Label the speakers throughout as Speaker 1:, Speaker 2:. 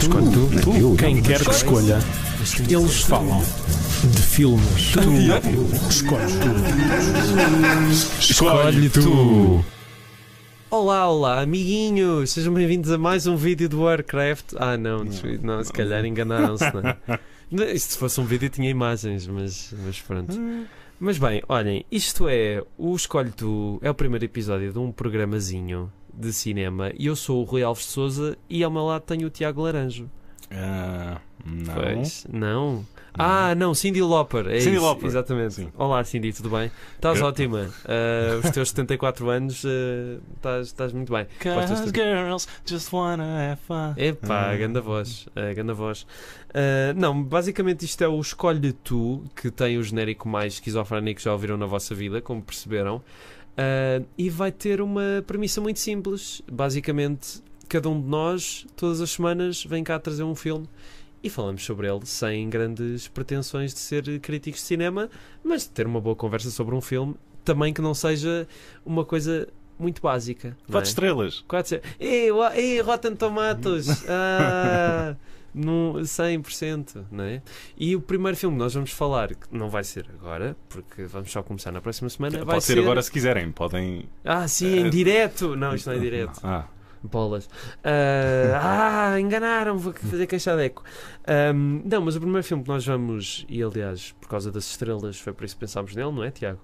Speaker 1: Escolhe tu.
Speaker 2: Tu,
Speaker 1: Eu,
Speaker 2: Uh, quem
Speaker 1: não.
Speaker 2: quer que escolha, eles falam de filmes. Tu escolhes
Speaker 1: Escolhe tu.
Speaker 3: Olá, olá, amiguinhos! Sejam bem-vindos a mais um vídeo do Warcraft. Ah, não, não, não se calhar enganaram-se, não. é? Não, isto Se fosse um vídeo tinha imagens, mas, mas pronto. Mas bem, olhem, isto é o Escolhe Tu, é o primeiro episódio de um programazinho de cinema e eu sou o Rui Alves de Souza e ao meu lado tenho o Tiago Laranjo.
Speaker 4: Ah, não.
Speaker 3: Pois, não. Ah, não, Cindy Lauper. É
Speaker 4: Cyndi
Speaker 3: isso,
Speaker 4: Lauper.
Speaker 3: Exatamente.
Speaker 4: Sim.
Speaker 3: Olá, Cindy, tudo bem? Estás
Speaker 4: Eu-
Speaker 3: ótima. Ah, os teus 74 anos, ah, estás estás muito bem. Gostas
Speaker 4: Cause
Speaker 3: de-
Speaker 4: girls just wanna have fun.
Speaker 3: Epá,
Speaker 4: Ah.
Speaker 3: ganda voz, ah, ganda voz. Ah, não, basicamente isto é o Escolhe Tu, que tem o genérico mais esquizofrénico que já ouviram na vossa vida, como perceberam. Ah, e vai ter uma premissa muito simples. Basicamente, cada um de nós, todas as semanas, vem cá trazer um filme e falamos sobre ele sem grandes pretensões de ser críticos de cinema, mas de ter uma boa conversa sobre um filme, também que não seja uma coisa muito básica. não
Speaker 4: Quatro
Speaker 3: é?
Speaker 4: estrelas.
Speaker 3: 400. Ei, wa- ei, Rotten Tomatoes! Ah, num 100%, não é? E o primeiro filme que nós vamos falar, que não vai ser agora, porque vamos só começar na próxima semana, vai
Speaker 4: Pode ser, agora se quiserem. Podem.
Speaker 3: Ah, sim, em
Speaker 4: Eh,
Speaker 3: direto! Não, isto não é direto.
Speaker 4: Ah,
Speaker 3: Bolas. Ah, ah, enganaram, vou fazer queixar de eco. Ahm, não, mas o primeiro filme que nós vamos, e aliás, por causa das estrelas, foi por isso que pensámos nele, não é, Tiago?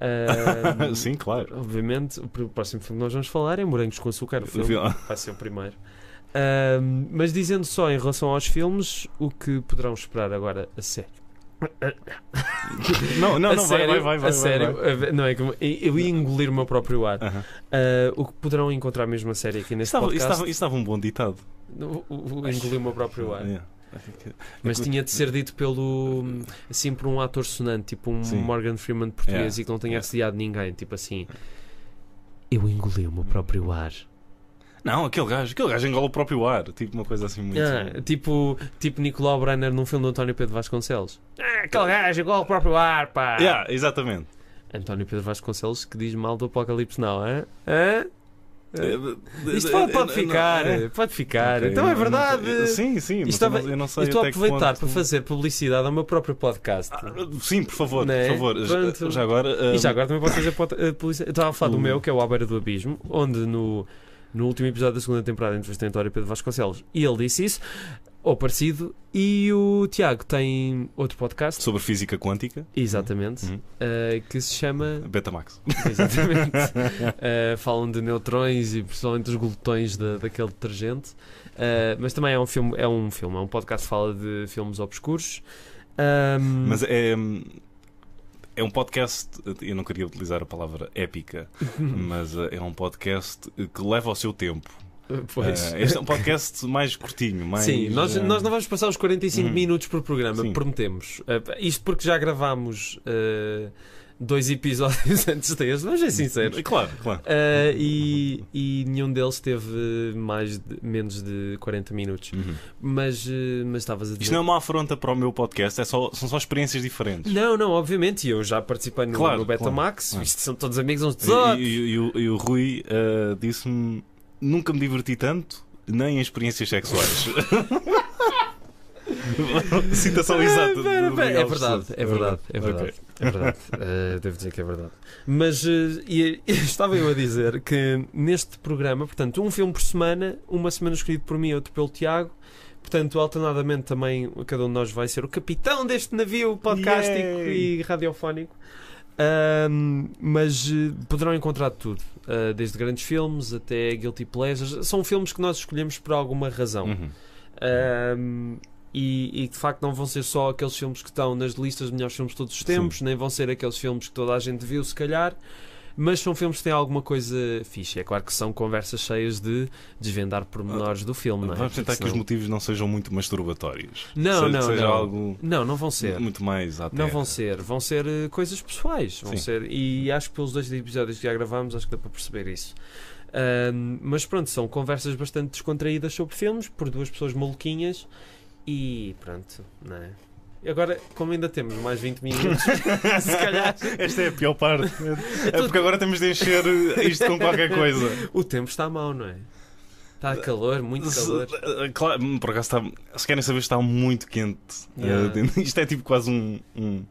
Speaker 3: Ahm,
Speaker 4: sim, claro.
Speaker 3: Obviamente, o pr- próximo filme que nós vamos falar é Morangos com Açúcar, o filme vai ser o primeiro. Ahm, mas dizendo só em relação aos filmes, o que poderão esperar agora a sério?
Speaker 4: Não, não,
Speaker 3: a
Speaker 4: não, vai,
Speaker 3: sério,
Speaker 4: vai, vai, vai.
Speaker 3: a sério,
Speaker 4: vai.
Speaker 3: a ver- não é que eu ia engolir o meu próprio ar.
Speaker 4: Aham.
Speaker 3: Ah, o que poderão encontrar mesmo a série aqui neste
Speaker 4: Isso dava- isso
Speaker 3: podcast?
Speaker 4: dava- isso dava um bom ditado.
Speaker 3: O- o- o- Engolir o meu próprio ar.
Speaker 4: Yeah.
Speaker 3: Mas tinha de ser dito pelo. assim, por um ator sonante, tipo um
Speaker 4: Sim. É.
Speaker 3: Morgan Freeman português
Speaker 4: Yeah,
Speaker 3: e que não tenha
Speaker 4: yeah.
Speaker 3: assediado ninguém. Tipo assim. Eu engoli o meu próprio ar.
Speaker 4: Não, aquele gajo, aquele gajo engola o próprio ar. Tipo uma coisa assim muito.
Speaker 3: Ah, tipo, tipo Nicolau Brenner num filme do António Pedro Vasconcelos. Ah, aquele gajo igual ao próprio ar, pá!
Speaker 4: Yeah, exatamente.
Speaker 3: António Pedro Vasconcelos que diz mal do Apocalipse Now, hã? Hã? É. Isto
Speaker 4: Eh,
Speaker 3: pode,
Speaker 4: eh,
Speaker 3: pode
Speaker 4: eh,
Speaker 3: ficar,
Speaker 4: não, é.
Speaker 3: pode ficar.
Speaker 4: Ok,
Speaker 3: Então é
Speaker 4: eu não-
Speaker 3: verdade.
Speaker 4: eu- Sim, sim, mas
Speaker 3: Isto
Speaker 4: eu não-
Speaker 3: tava-
Speaker 4: eu não sei.
Speaker 3: Eu estou a
Speaker 4: até que ponto-
Speaker 3: aproveitar para fazer publicidade ao meu próprio podcast.
Speaker 4: Ah, Sim, por favor,
Speaker 3: Não é?
Speaker 4: por favor. Já-
Speaker 3: Pronto.
Speaker 4: Já agora. ah,
Speaker 3: E já agora também posso fazer pod- eh, publicidade. Eu Estava a falar do
Speaker 4: o-
Speaker 3: meu, que é o À Beira do Abismo, onde no, no último episódio da segunda temporada entrevistei António Pedro Vasconcelos e ele disse isso, ou parecido. E o Tiago tem outro podcast,
Speaker 4: Sobre física quântica,
Speaker 3: exatamente,
Speaker 4: Uhum.
Speaker 3: eh, que se chama.
Speaker 4: Betamax.
Speaker 3: Hum. Exatamente. Eh, falam de neutrões e principalmente os glutões da, daquele detergente. Eh, mas também é um filme, é um filme, é um podcast que fala de filmes obscuros. Ahm,
Speaker 4: Mas é. É um podcast. Eu não queria utilizar a palavra épica, mas ah, é um podcast que leva o seu tempo.
Speaker 3: eh, pois.
Speaker 4: Ah, este é um podcast mais curtinho, mais.
Speaker 3: Sim, nós,
Speaker 4: ah,
Speaker 3: nós não vamos passar os 45
Speaker 4: Uhum.
Speaker 3: minutos por programa,
Speaker 4: Sim.
Speaker 3: prometemos. Uh, isto porque já gravámos uh, dois episódios antes deste, vamos ser sinceros.
Speaker 4: Claro, claro.
Speaker 3: Uh, e, e nenhum deles teve mais de- menos de 40 minutos.
Speaker 4: Uhum.
Speaker 3: Mas, uh, mas estavas a dizer.
Speaker 4: Isto não é uma afronta para o meu podcast, é só, são só experiências diferentes.
Speaker 3: Não, não, obviamente. e Eu já participei no,
Speaker 4: Claro,
Speaker 3: no Betamax.
Speaker 4: claro.
Speaker 3: Isto são todos amigos uns dos
Speaker 4: E,
Speaker 3: outros.
Speaker 4: e- e o- e o Rui ah, disse-me: nunca me diverti tanto, nem em experiências sexuais. Citação exata. do
Speaker 3: É, Pera, pera,
Speaker 4: Miguel
Speaker 3: É verdade,
Speaker 4: Sousa.
Speaker 3: é verdade, é verdade. É verdade. Eh, devo dizer que é verdade. Mas eh, e- e estava eu a dizer que neste programa, portanto, um filme por semana, uma semana escolhido por mim, outro pelo Tiago. Portanto, alternadamente também cada um de nós vai ser o capitão deste navio podcástico
Speaker 4: Yay!
Speaker 3: e radiofónico. Ahm, mas eh, poderão encontrar tudo, Ah, desde grandes filmes até Guilty Pleasures. São filmes que nós escolhemos por alguma razão.
Speaker 4: Uhum.
Speaker 3: Um, e, e de facto não vão ser só aqueles filmes que estão nas listas de melhores filmes de todos os tempos, nem vão ser aqueles filmes que toda a gente viu, se calhar, mas são filmes que têm alguma coisa fixe. É claro que são conversas cheias de desvendar pormenores do filme, não é?
Speaker 4: Ah, Vamos tentar
Speaker 3: Porque
Speaker 4: que os
Speaker 3: senão-
Speaker 4: motivos não sejam muito masturbatórios.
Speaker 3: Não,
Speaker 4: Se-
Speaker 3: não,
Speaker 4: seja
Speaker 3: não.
Speaker 4: algo
Speaker 3: Não, não vão ser.
Speaker 4: muito mais até.
Speaker 3: Não vão ser, vão ser eh, coisas pessoais. Vão
Speaker 4: Sim.
Speaker 3: ser, e acho que pelos dois episódios que já gravámos, acho que dá para perceber isso. Ahm, mas pronto, são conversas bastante descontraídas sobre filmes por duas pessoas maluquinhas e pronto, não é? E agora, como ainda temos mais 20 minutos, se calhar
Speaker 4: Esta é a pior parte. É porque agora temos de encher isto com qualquer coisa.
Speaker 3: o tempo está mau, não é? Está calor, muito calor.
Speaker 4: Se- eh, Claro, hum, por acaso está. Se querem saber, está muito quente.
Speaker 3: Yeah.
Speaker 4: Eh, isto é tipo quase um. um...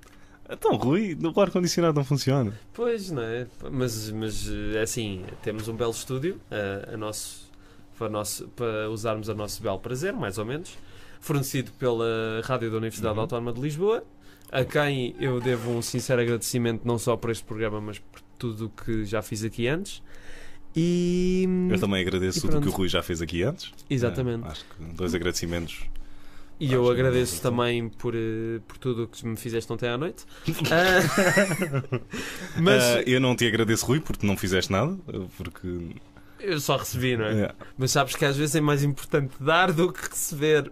Speaker 4: Então, Rui, o ar-condicionado não funciona.
Speaker 3: Pois, não é? Mas, mas eh, assim, temos um belo estúdio eh, a nosso, para, nosso, para usarmos a nosso belo prazer, mais ou menos, fornecido pela Rádio da Universidade
Speaker 4: Uhum.
Speaker 3: Autónoma de Lisboa, a quem eu devo um sincero agradecimento não só por este programa, mas por tudo o que já fiz aqui antes. E.
Speaker 4: Eu também agradeço
Speaker 3: E
Speaker 4: tudo o que o
Speaker 3: pronto.
Speaker 4: Rui já fez aqui antes.
Speaker 3: Exatamente.
Speaker 4: Eh, acho que dois agradecimentos.
Speaker 3: E eu
Speaker 4: Acho que
Speaker 3: agradeço
Speaker 4: é
Speaker 3: também por, eh, por tudo o que me fizeste ontem à noite. Ah, mas
Speaker 4: Eh, eu não te agradeço, Rui, porque não fizeste nada. eh, Porque. eh,
Speaker 3: eu só recebi, não é?
Speaker 4: Yeah.
Speaker 3: Mas sabes que às vezes é mais importante dar do que receber.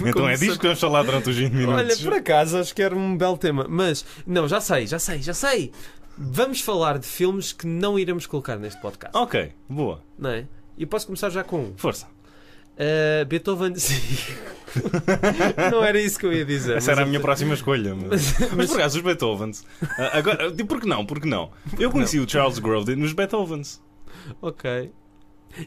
Speaker 4: Então
Speaker 3: Como
Speaker 4: é disto
Speaker 3: se-
Speaker 4: que vamos falar durante os 20
Speaker 3: Olha,
Speaker 4: minutos.
Speaker 3: por acaso acho que era um belo tema. Mas, não, já sei, já sei, já sei. Vamos falar de filmes que não iremos colocar neste podcast.
Speaker 4: Ok, boa.
Speaker 3: Não é? E posso começar já com um.
Speaker 4: Força.
Speaker 3: Ah, Beethoven. Sim. não era isso é que eu ia dizer.
Speaker 4: Essa era a minha
Speaker 3: próxima.
Speaker 4: próxima escolha. Mas, mas por acaso, os Beethovens. Ah, Agora, de- por que não? Por que não? Eu conheci o Charles Grodin nos Beethovens.
Speaker 3: Ok.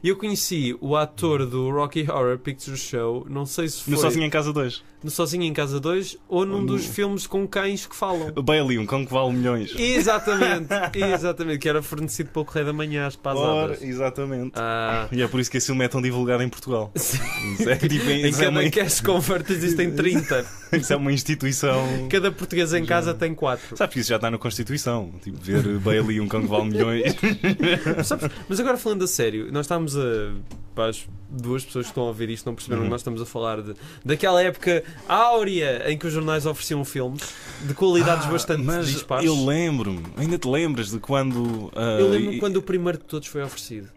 Speaker 3: Eu conheci o ator do Rocky Horror Picture Show, não sei se foi
Speaker 4: No Sozinho em Casa 2.
Speaker 3: no Sozinho em Casa 2 ou num
Speaker 4: Ou no-
Speaker 3: dos filmes com cães que falam.
Speaker 4: O Bailey, um cão que vale milhões.
Speaker 3: Exatamente, exatamente, que era fornecido pelo Correio da Manhã às
Speaker 4: Ora,
Speaker 3: pasadas.
Speaker 4: exatamente.
Speaker 3: Ah,
Speaker 4: E é por isso que esse filme é tão divulgado em Portugal.
Speaker 3: sim.
Speaker 4: Isso é, tipo,
Speaker 3: Em
Speaker 4: isso é uma,
Speaker 3: cada cash convert existem 30.
Speaker 4: isso é uma instituição.
Speaker 3: Cada português em casa tem 4.
Speaker 4: Sabes que isso já está na Constituição. Tipo, ver Bailey, um cão que vale milhões.
Speaker 3: Mas agora falando a sério, nós estamos a. Para as duas pessoas que estão a ouvir isto não perceberam
Speaker 4: Uhum.
Speaker 3: que nós estamos a falar de, daquela época áurea em que os jornais ofereciam filmes de qualidades
Speaker 4: Ah,
Speaker 3: bastante
Speaker 4: mas
Speaker 3: dispares.
Speaker 4: Eu lembro-me. Ainda te lembras de quando. ah,
Speaker 3: Eu lembro-me
Speaker 4: e-
Speaker 3: quando o primeiro de todos foi oferecido.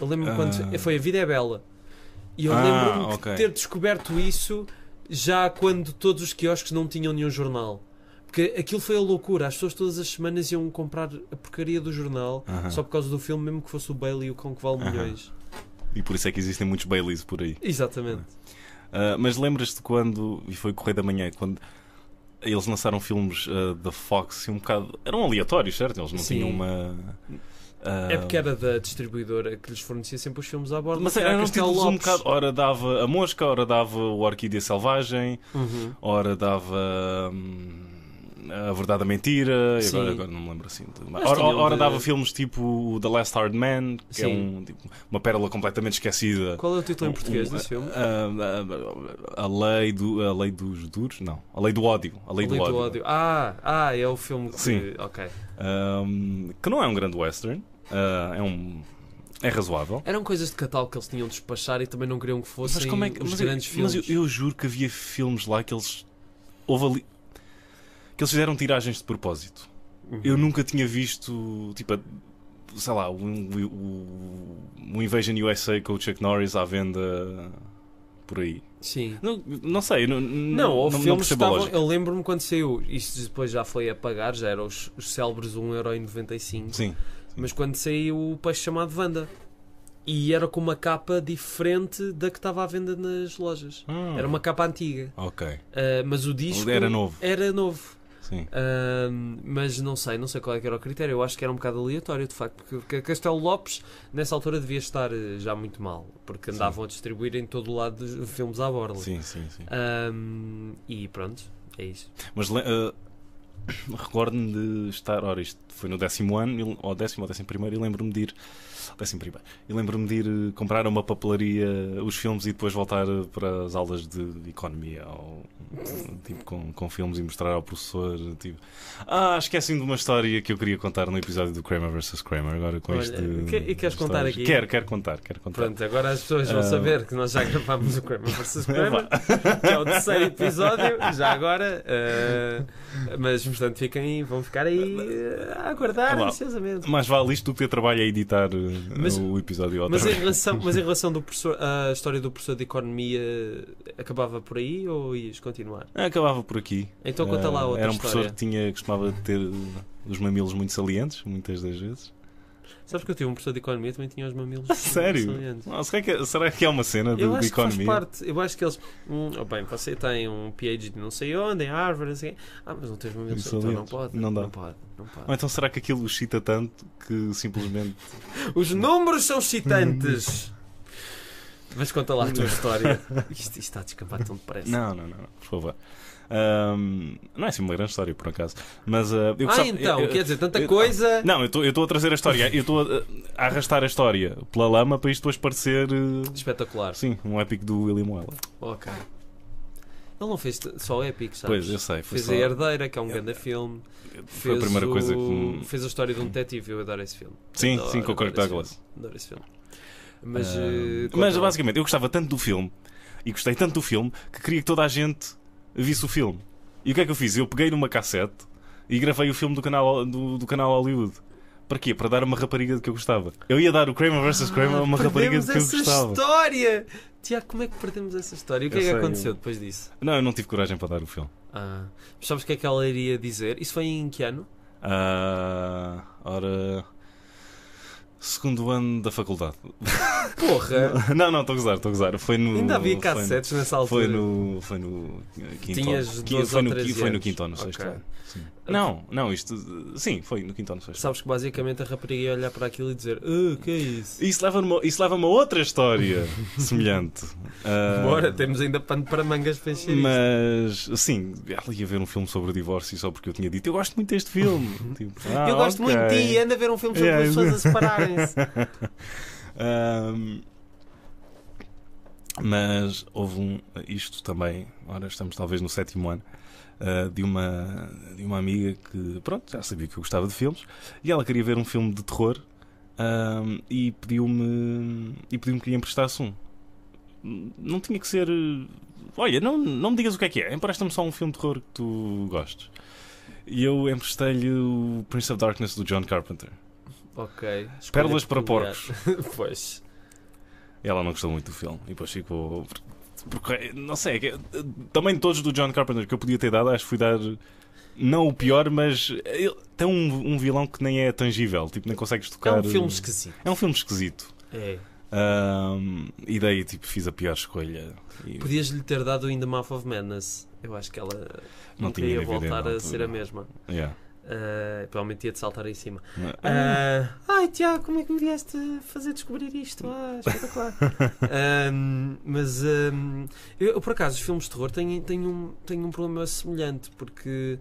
Speaker 3: Eu lembro-me
Speaker 4: Ah.
Speaker 3: quando foi A Vida é Bela. E eu
Speaker 4: Ah,
Speaker 3: lembro-me de
Speaker 4: ok.
Speaker 3: ter descoberto isso já quando todos os quiosques não tinham nenhum jornal. Porque aquilo foi a loucura. As pessoas todas as semanas iam comprar a porcaria do jornal
Speaker 4: Aham.
Speaker 3: só por causa do filme, mesmo que fosse o Bailey e o Cão que vale
Speaker 4: Aham.
Speaker 3: milhões.
Speaker 4: E por isso é que existem muitos Baileys por aí.
Speaker 3: Exatamente.
Speaker 4: Uh, mas lembras-te quando, e foi Correio da Manhã, quando eles lançaram filmes uh, da Fox e um bocado. eram aleatórios, certo? Eles não
Speaker 3: Sim.
Speaker 4: tinham uma. uh,
Speaker 3: É porque era da distribuidora que lhes fornecia sempre os filmes à borda.
Speaker 4: Mas
Speaker 3: que era
Speaker 4: eram
Speaker 3: Castelo
Speaker 4: títulos um
Speaker 3: Lopes.
Speaker 4: bocado. Ora dava A Mosca, ora dava O Orquídea Selvagem,
Speaker 3: Uhum.
Speaker 4: ora dava. hum, A Verdade a Mentira, e
Speaker 3: Sim.
Speaker 4: agora, agora não me lembro assim. de-
Speaker 3: Mas
Speaker 4: Ora,
Speaker 3: tinham
Speaker 4: ora
Speaker 3: de-
Speaker 4: dava filmes tipo o The Last Hard Man, que é
Speaker 3: Sim.
Speaker 4: um, tipo, uma pérola completamente esquecida.
Speaker 3: Qual é o título em português
Speaker 4: Um,
Speaker 3: desse filme?
Speaker 4: A, a- a- a lei do, a lei dos duros? Não. A lei do ódio. A lei,
Speaker 3: Lei do ódio. Ah, ah, é o filme que.
Speaker 4: Sim.
Speaker 3: Ok.
Speaker 4: Ahm, que não é um grande western. ah, é um. É razoável.
Speaker 3: Eram coisas de catálogo que eles tinham de despachar e também não queriam que fossem os
Speaker 4: mas eu-
Speaker 3: grandes
Speaker 4: mas
Speaker 3: filmes.
Speaker 4: eu, eu juro que havia filmes lá que eles. Houve ali. Que eles fizeram tiragens de propósito.
Speaker 3: Uhum.
Speaker 4: Eu nunca tinha visto. Tipo. a- Sei lá, o um, um, um Invasion USA com o Chuck Norris à venda por aí.
Speaker 3: Sim.
Speaker 4: Não, não sei, não,
Speaker 3: Não,
Speaker 4: não,
Speaker 3: houve
Speaker 4: não,
Speaker 3: filmes que
Speaker 4: percebo a
Speaker 3: estavam.
Speaker 4: lógica.
Speaker 3: Eu lembro-me quando saiu, isto depois já foi a pagar, já eram os, os célebres 1,95€.
Speaker 4: Sim.
Speaker 3: Mas quando saiu o peixe chamado Wanda. E era com uma capa diferente da que estava à venda nas lojas. Era uma capa antiga.
Speaker 4: Ok.
Speaker 3: Ah, mas o disco.
Speaker 4: Era novo.
Speaker 3: Era novo.
Speaker 4: Sim.
Speaker 3: Ahm, mas não sei, não sei qual é que era o critério. Eu acho que era um bocado aleatório, de facto, porque- porque Castelo Lopes nessa altura devia estar eh, já muito mal, porque andavam a distribuir em todo o lado os filmes à borda.
Speaker 4: Sim, sim, sim.
Speaker 3: Ahm, e pronto, é isso.
Speaker 4: Mas le- ah, recordo-me de estar. Ora, isto foi no décimo ano, e- ou décimo ou décimo primeiro, e lembro-me de ir. Décimo primeiro. E lembro-me de ir eh, comprar a uma papelaria os filmes e depois voltar eh, para as aulas de economia, ou, eh, tipo, com, com filmes e mostrar ao professor. eh, Tipo, ah, esqueci-me de uma história que eu queria contar no episódio do Kramer vs. Kramer. Agora com
Speaker 3: Olha,
Speaker 4: este.
Speaker 3: que- e queres contar aqui?
Speaker 4: Quero, quero contar, quero contar.
Speaker 3: Pronto, agora as pessoas vão
Speaker 4: Ahm.
Speaker 3: saber que nós já gravámos o Kramer vs. Kramer, que é o terceiro episódio, já agora. ah, mas, portanto, fiquem, vão ficar aí ah, a aguardar
Speaker 4: Vá lá.
Speaker 3: ansiosamente.
Speaker 4: Mais vale isto do que ter trabalho a editar eh,
Speaker 3: Mas-
Speaker 4: o episódio outra
Speaker 3: Mas é em
Speaker 4: vez.
Speaker 3: relação, mas em relação do professor, à história do professor de economia, eh, acabava por aí ou ias continuar?
Speaker 4: Ah, Acabava por aqui.
Speaker 3: Então conta lá
Speaker 4: Eh,
Speaker 3: outra
Speaker 4: Era um
Speaker 3: história.
Speaker 4: professor que tinha, costumava ter eh, os mamilos muito salientes, muitas das vezes.
Speaker 3: Sabes que eu tive um professor de economia também tinha os mamilos.
Speaker 4: sério?
Speaker 3: salientes.
Speaker 4: Ah, será, que, será que é uma cena
Speaker 3: Eu
Speaker 4: do, de
Speaker 3: acho que faz
Speaker 4: economia?
Speaker 3: parte. Eu acho que eles. Hum, oh, bem, você tem um PhD não sei onde, em Harvard, não sei quê. Ah, mas não tens mamilos.
Speaker 4: Isso
Speaker 3: Então não
Speaker 4: aliás,
Speaker 3: pode.
Speaker 4: não dá.
Speaker 3: Não pode. Não pode.
Speaker 4: Ou então será que aquilo os cita tanto que simplesmente.
Speaker 3: Os números são excitantes. Mas conta lá a tua história. Isto, isto está a descambar tão depressa.
Speaker 4: Não, não, não, não, por favor. Ahm, não é assim uma grande história, por acaso. Mas ah,
Speaker 3: ah,
Speaker 4: eu gostava-
Speaker 3: então,
Speaker 4: eu- eu-
Speaker 3: quer dizer, tanta
Speaker 4: eu-
Speaker 3: coisa.
Speaker 4: Não, eu estou a trazer a história. Eu estou a, a arrastar a história pela lama para isto depois parecer. eh,
Speaker 3: Espetacular.
Speaker 4: Sim, um épico do William Waller.
Speaker 3: Ok. Ele não fez t- só épico, sabes?
Speaker 4: Pois, eu sei. Foi
Speaker 3: Fez
Speaker 4: só-
Speaker 3: A Herdeira, que é um grande filme.
Speaker 4: Foi a
Speaker 3: Fez
Speaker 4: primeira
Speaker 3: o-
Speaker 4: coisa que. me-
Speaker 3: Fez a história de um detetive, eu adoro esse filme.
Speaker 4: Sim,
Speaker 3: Adoro,
Speaker 4: sim, com o
Speaker 3: adoro
Speaker 4: Kirk
Speaker 3: esse
Speaker 4: Douglas.
Speaker 3: filme, Adoro esse filme. Mas,
Speaker 4: Ah,
Speaker 3: eh,
Speaker 4: mas
Speaker 3: conta lá.
Speaker 4: basicamente, eu gostava tanto do filme e gostei tanto do filme que queria que toda a gente visse o filme. E o que é que eu fiz? Eu peguei numa cassete e gravei o filme do canal, do, do canal Hollywood. Para quê? Para dar uma rapariga de que eu gostava. Eu ia dar o Kramer vs. Kramer a é uma rapariga de
Speaker 3: Ah, Perdemos
Speaker 4: que eu
Speaker 3: essa
Speaker 4: gostava.
Speaker 3: história! Tiago, como é que perdemos essa história? E O que
Speaker 4: Eu
Speaker 3: é que
Speaker 4: sei.
Speaker 3: aconteceu depois disso?
Speaker 4: Não, eu não tive coragem para dar o filme.
Speaker 3: Ah, mas sabes o que é que ela iria dizer? Isso foi em que ano?
Speaker 4: Ah, ora. Segundo ano da faculdade.
Speaker 3: Porra!
Speaker 4: Não, não, estou a gozar, estou a gozar. Foi no.
Speaker 3: Ainda havia
Speaker 4: foi
Speaker 3: cassetes nessa
Speaker 4: no-
Speaker 3: altura.
Speaker 4: Foi no. Foi no. eh, Quinto
Speaker 3: Tinhas
Speaker 4: ano.
Speaker 3: 12
Speaker 4: foi,
Speaker 3: ou
Speaker 4: no,
Speaker 3: 13
Speaker 4: foi no
Speaker 3: anos.
Speaker 4: quinto ano, sexto
Speaker 3: Ok.
Speaker 4: ano. Sim. Não, não, isto. Sim, foi no quinto ano, sexto
Speaker 3: Sabes que basicamente a rapariga ia olhar para aquilo e dizer: Ah, que é isso?
Speaker 4: Isso leva-me a- isso leva-me a outra história semelhante. Ah,
Speaker 3: Bora, temos ainda pano para mangas para encher isto.
Speaker 4: Mas, assim, ela ia ver um filme sobre o divórcio só porque eu tinha dito: Eu gosto muito deste filme. Tipo, ah,
Speaker 3: Uhum. Eu gosto
Speaker 4: ok.
Speaker 3: muito de ti, anda a ver um filme sobre
Speaker 4: Yeah,
Speaker 3: as pessoas a separarem-se.
Speaker 4: Ahm, mas houve um. Isto também, ora, estamos talvez no sétimo ano, ah, de, uma, de uma amiga que, pronto, já sabia que eu gostava de filmes e ela queria ver um filme de terror ahm, e pediu-me e pediu-me que lhe emprestasse um. Não tinha que ser. eh, Olha, não, não me digas o que é que é, empresta-me só um filme de terror que tu gostes. E eu emprestei-lhe o Prince of Darkness do John Carpenter.
Speaker 3: Ok.
Speaker 4: Pérolas para
Speaker 3: peculiar.
Speaker 4: porcos.
Speaker 3: pois.
Speaker 4: Ela não gostou muito do filme e depois ficou. Porque, não sei, é que- também todos do John Carpenter que eu podia ter dado, acho que fui dar. Não o pior, mas ele tem um, um vilão que nem é tangível, tipo, nem consegues
Speaker 3: É
Speaker 4: tocar.
Speaker 3: um filme esquisito.
Speaker 4: É um filme esquisito.
Speaker 3: É.
Speaker 4: Ahm, e daí, tipo, fiz a pior escolha. E
Speaker 3: Podias-lhe ter dado o In the Mouth of Madness. Eu acho que ela
Speaker 4: não
Speaker 3: nunca
Speaker 4: tinha
Speaker 3: ia
Speaker 4: DVD na
Speaker 3: voltar a
Speaker 4: altura.
Speaker 3: ser a mesma.
Speaker 4: Yeah.
Speaker 3: Ah, provavelmente ia-te saltar em cima.
Speaker 4: Ah,
Speaker 3: Ah, Ai, Tiago, como é que me vieste fazer descobrir isto? Ah, espetacular. Ahm, mas, ahm, eu, eu, por acaso, os filmes de terror têm, têm, um, têm um problema semelhante, porque,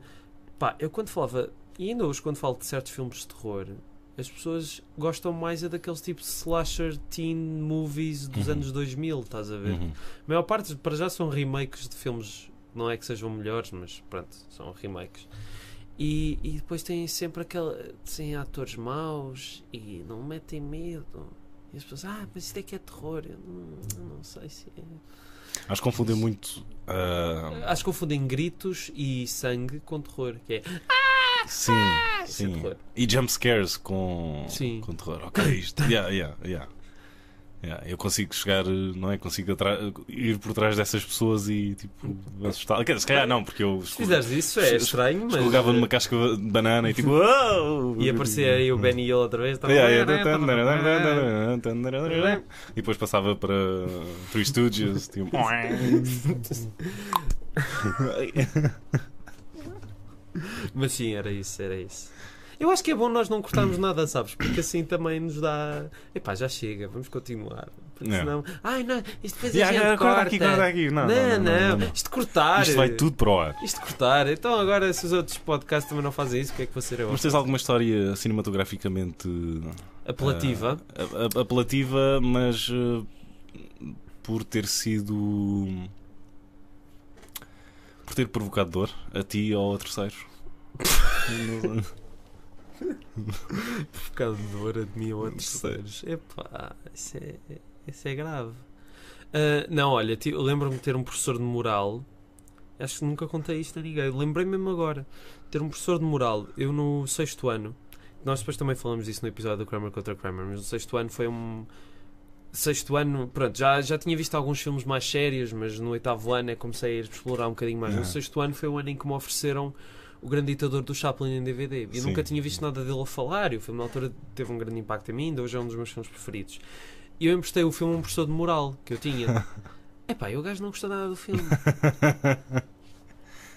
Speaker 3: pá, eu quando falava, e ainda hoje quando falo de certos filmes de terror, as pessoas gostam mais é daqueles tipo slasher teen movies dos
Speaker 4: Uhum.
Speaker 3: anos 2000, estás a ver?
Speaker 4: uhum.
Speaker 3: A maior parte, para já, são remakes de filmes. Não é que sejam melhores, mas pronto, são remakes. E, e depois têm sempre aquela. têm atores maus e não metem medo. E as pessoas, ah, mas isto é que é terror. Eu não, eu não sei se é.
Speaker 4: Acho que confundiu muito. ah,
Speaker 3: Acho que confundem gritos e sangue com terror. Que é.
Speaker 4: sim,
Speaker 3: isso é
Speaker 4: sim.
Speaker 3: terror.
Speaker 4: E jump scares com,
Speaker 3: Sim.
Speaker 4: com terror. Ok, isto. Yeah, yeah, yeah. Yeah, eu consigo chegar, eh, não é? Consigo atra- ir por trás dessas pessoas e tipo assustar. Quer dizer, se calhar não, porque eu
Speaker 3: Se
Speaker 4: escorre-
Speaker 3: fizeres isso é
Speaker 4: escorre-
Speaker 3: estranho, mas.
Speaker 4: escorregava numa casca de banana e tipo. "Uau!"
Speaker 3: E aparecia aí o Benny Hill outra vez. tá né,
Speaker 4: Yeah, yeah. E depois passava para Three Studios. Tipo...
Speaker 3: Mas sim, era isso, era isso. Eu acho que é bom nós não cortarmos nada, sabes? Porque assim também nos dá. Epá, já chega, vamos continuar. Porque
Speaker 4: É.
Speaker 3: senão. Ai, não, isto depois a gente corta.
Speaker 4: Yeah, Corta aqui, corta aqui. Não, não, não, não, não.
Speaker 3: isto cortar.
Speaker 4: Isto vai tudo para o ar.
Speaker 3: Isto cortar. Então agora, se os outros podcasts também não fazem isso, o que é que você é
Speaker 4: Mas tens alguma história cinematograficamente
Speaker 3: Apelativa.
Speaker 4: ah, a- a- apelativa, mas ah, por ter sido. por ter provocado dor a ti ou a terceiros?
Speaker 3: Provocadora de mim ou a terceiros. Epá, isso é, isso é grave. Ah, não, olha, ti- eu lembro-me de ter um professor de moral. Acho que nunca contei isto a ninguém. Lembrei-me mesmo agora. Ter um professor de moral. Eu no sexto ano. Nós depois também falamos disso no episódio do Kramer contra Kramer. Mas no sexto ano foi um. Sexto ano, pronto, já, já tinha visto alguns filmes mais sérios, mas no oitavo ano é que comecei a explorar um bocadinho mais. No
Speaker 4: Aham.
Speaker 3: sexto ano foi o ano em que me ofereceram o grande ditador do Chaplin em DVD. Eu
Speaker 4: Sim.
Speaker 3: nunca tinha visto nada dele a falar e o filme na altura teve um grande impacto em mim, ainda hoje é um dos meus filmes preferidos. E eu emprestei o filme a um professor de moral que eu tinha. Epá, e o gajo não gostou nada do filme.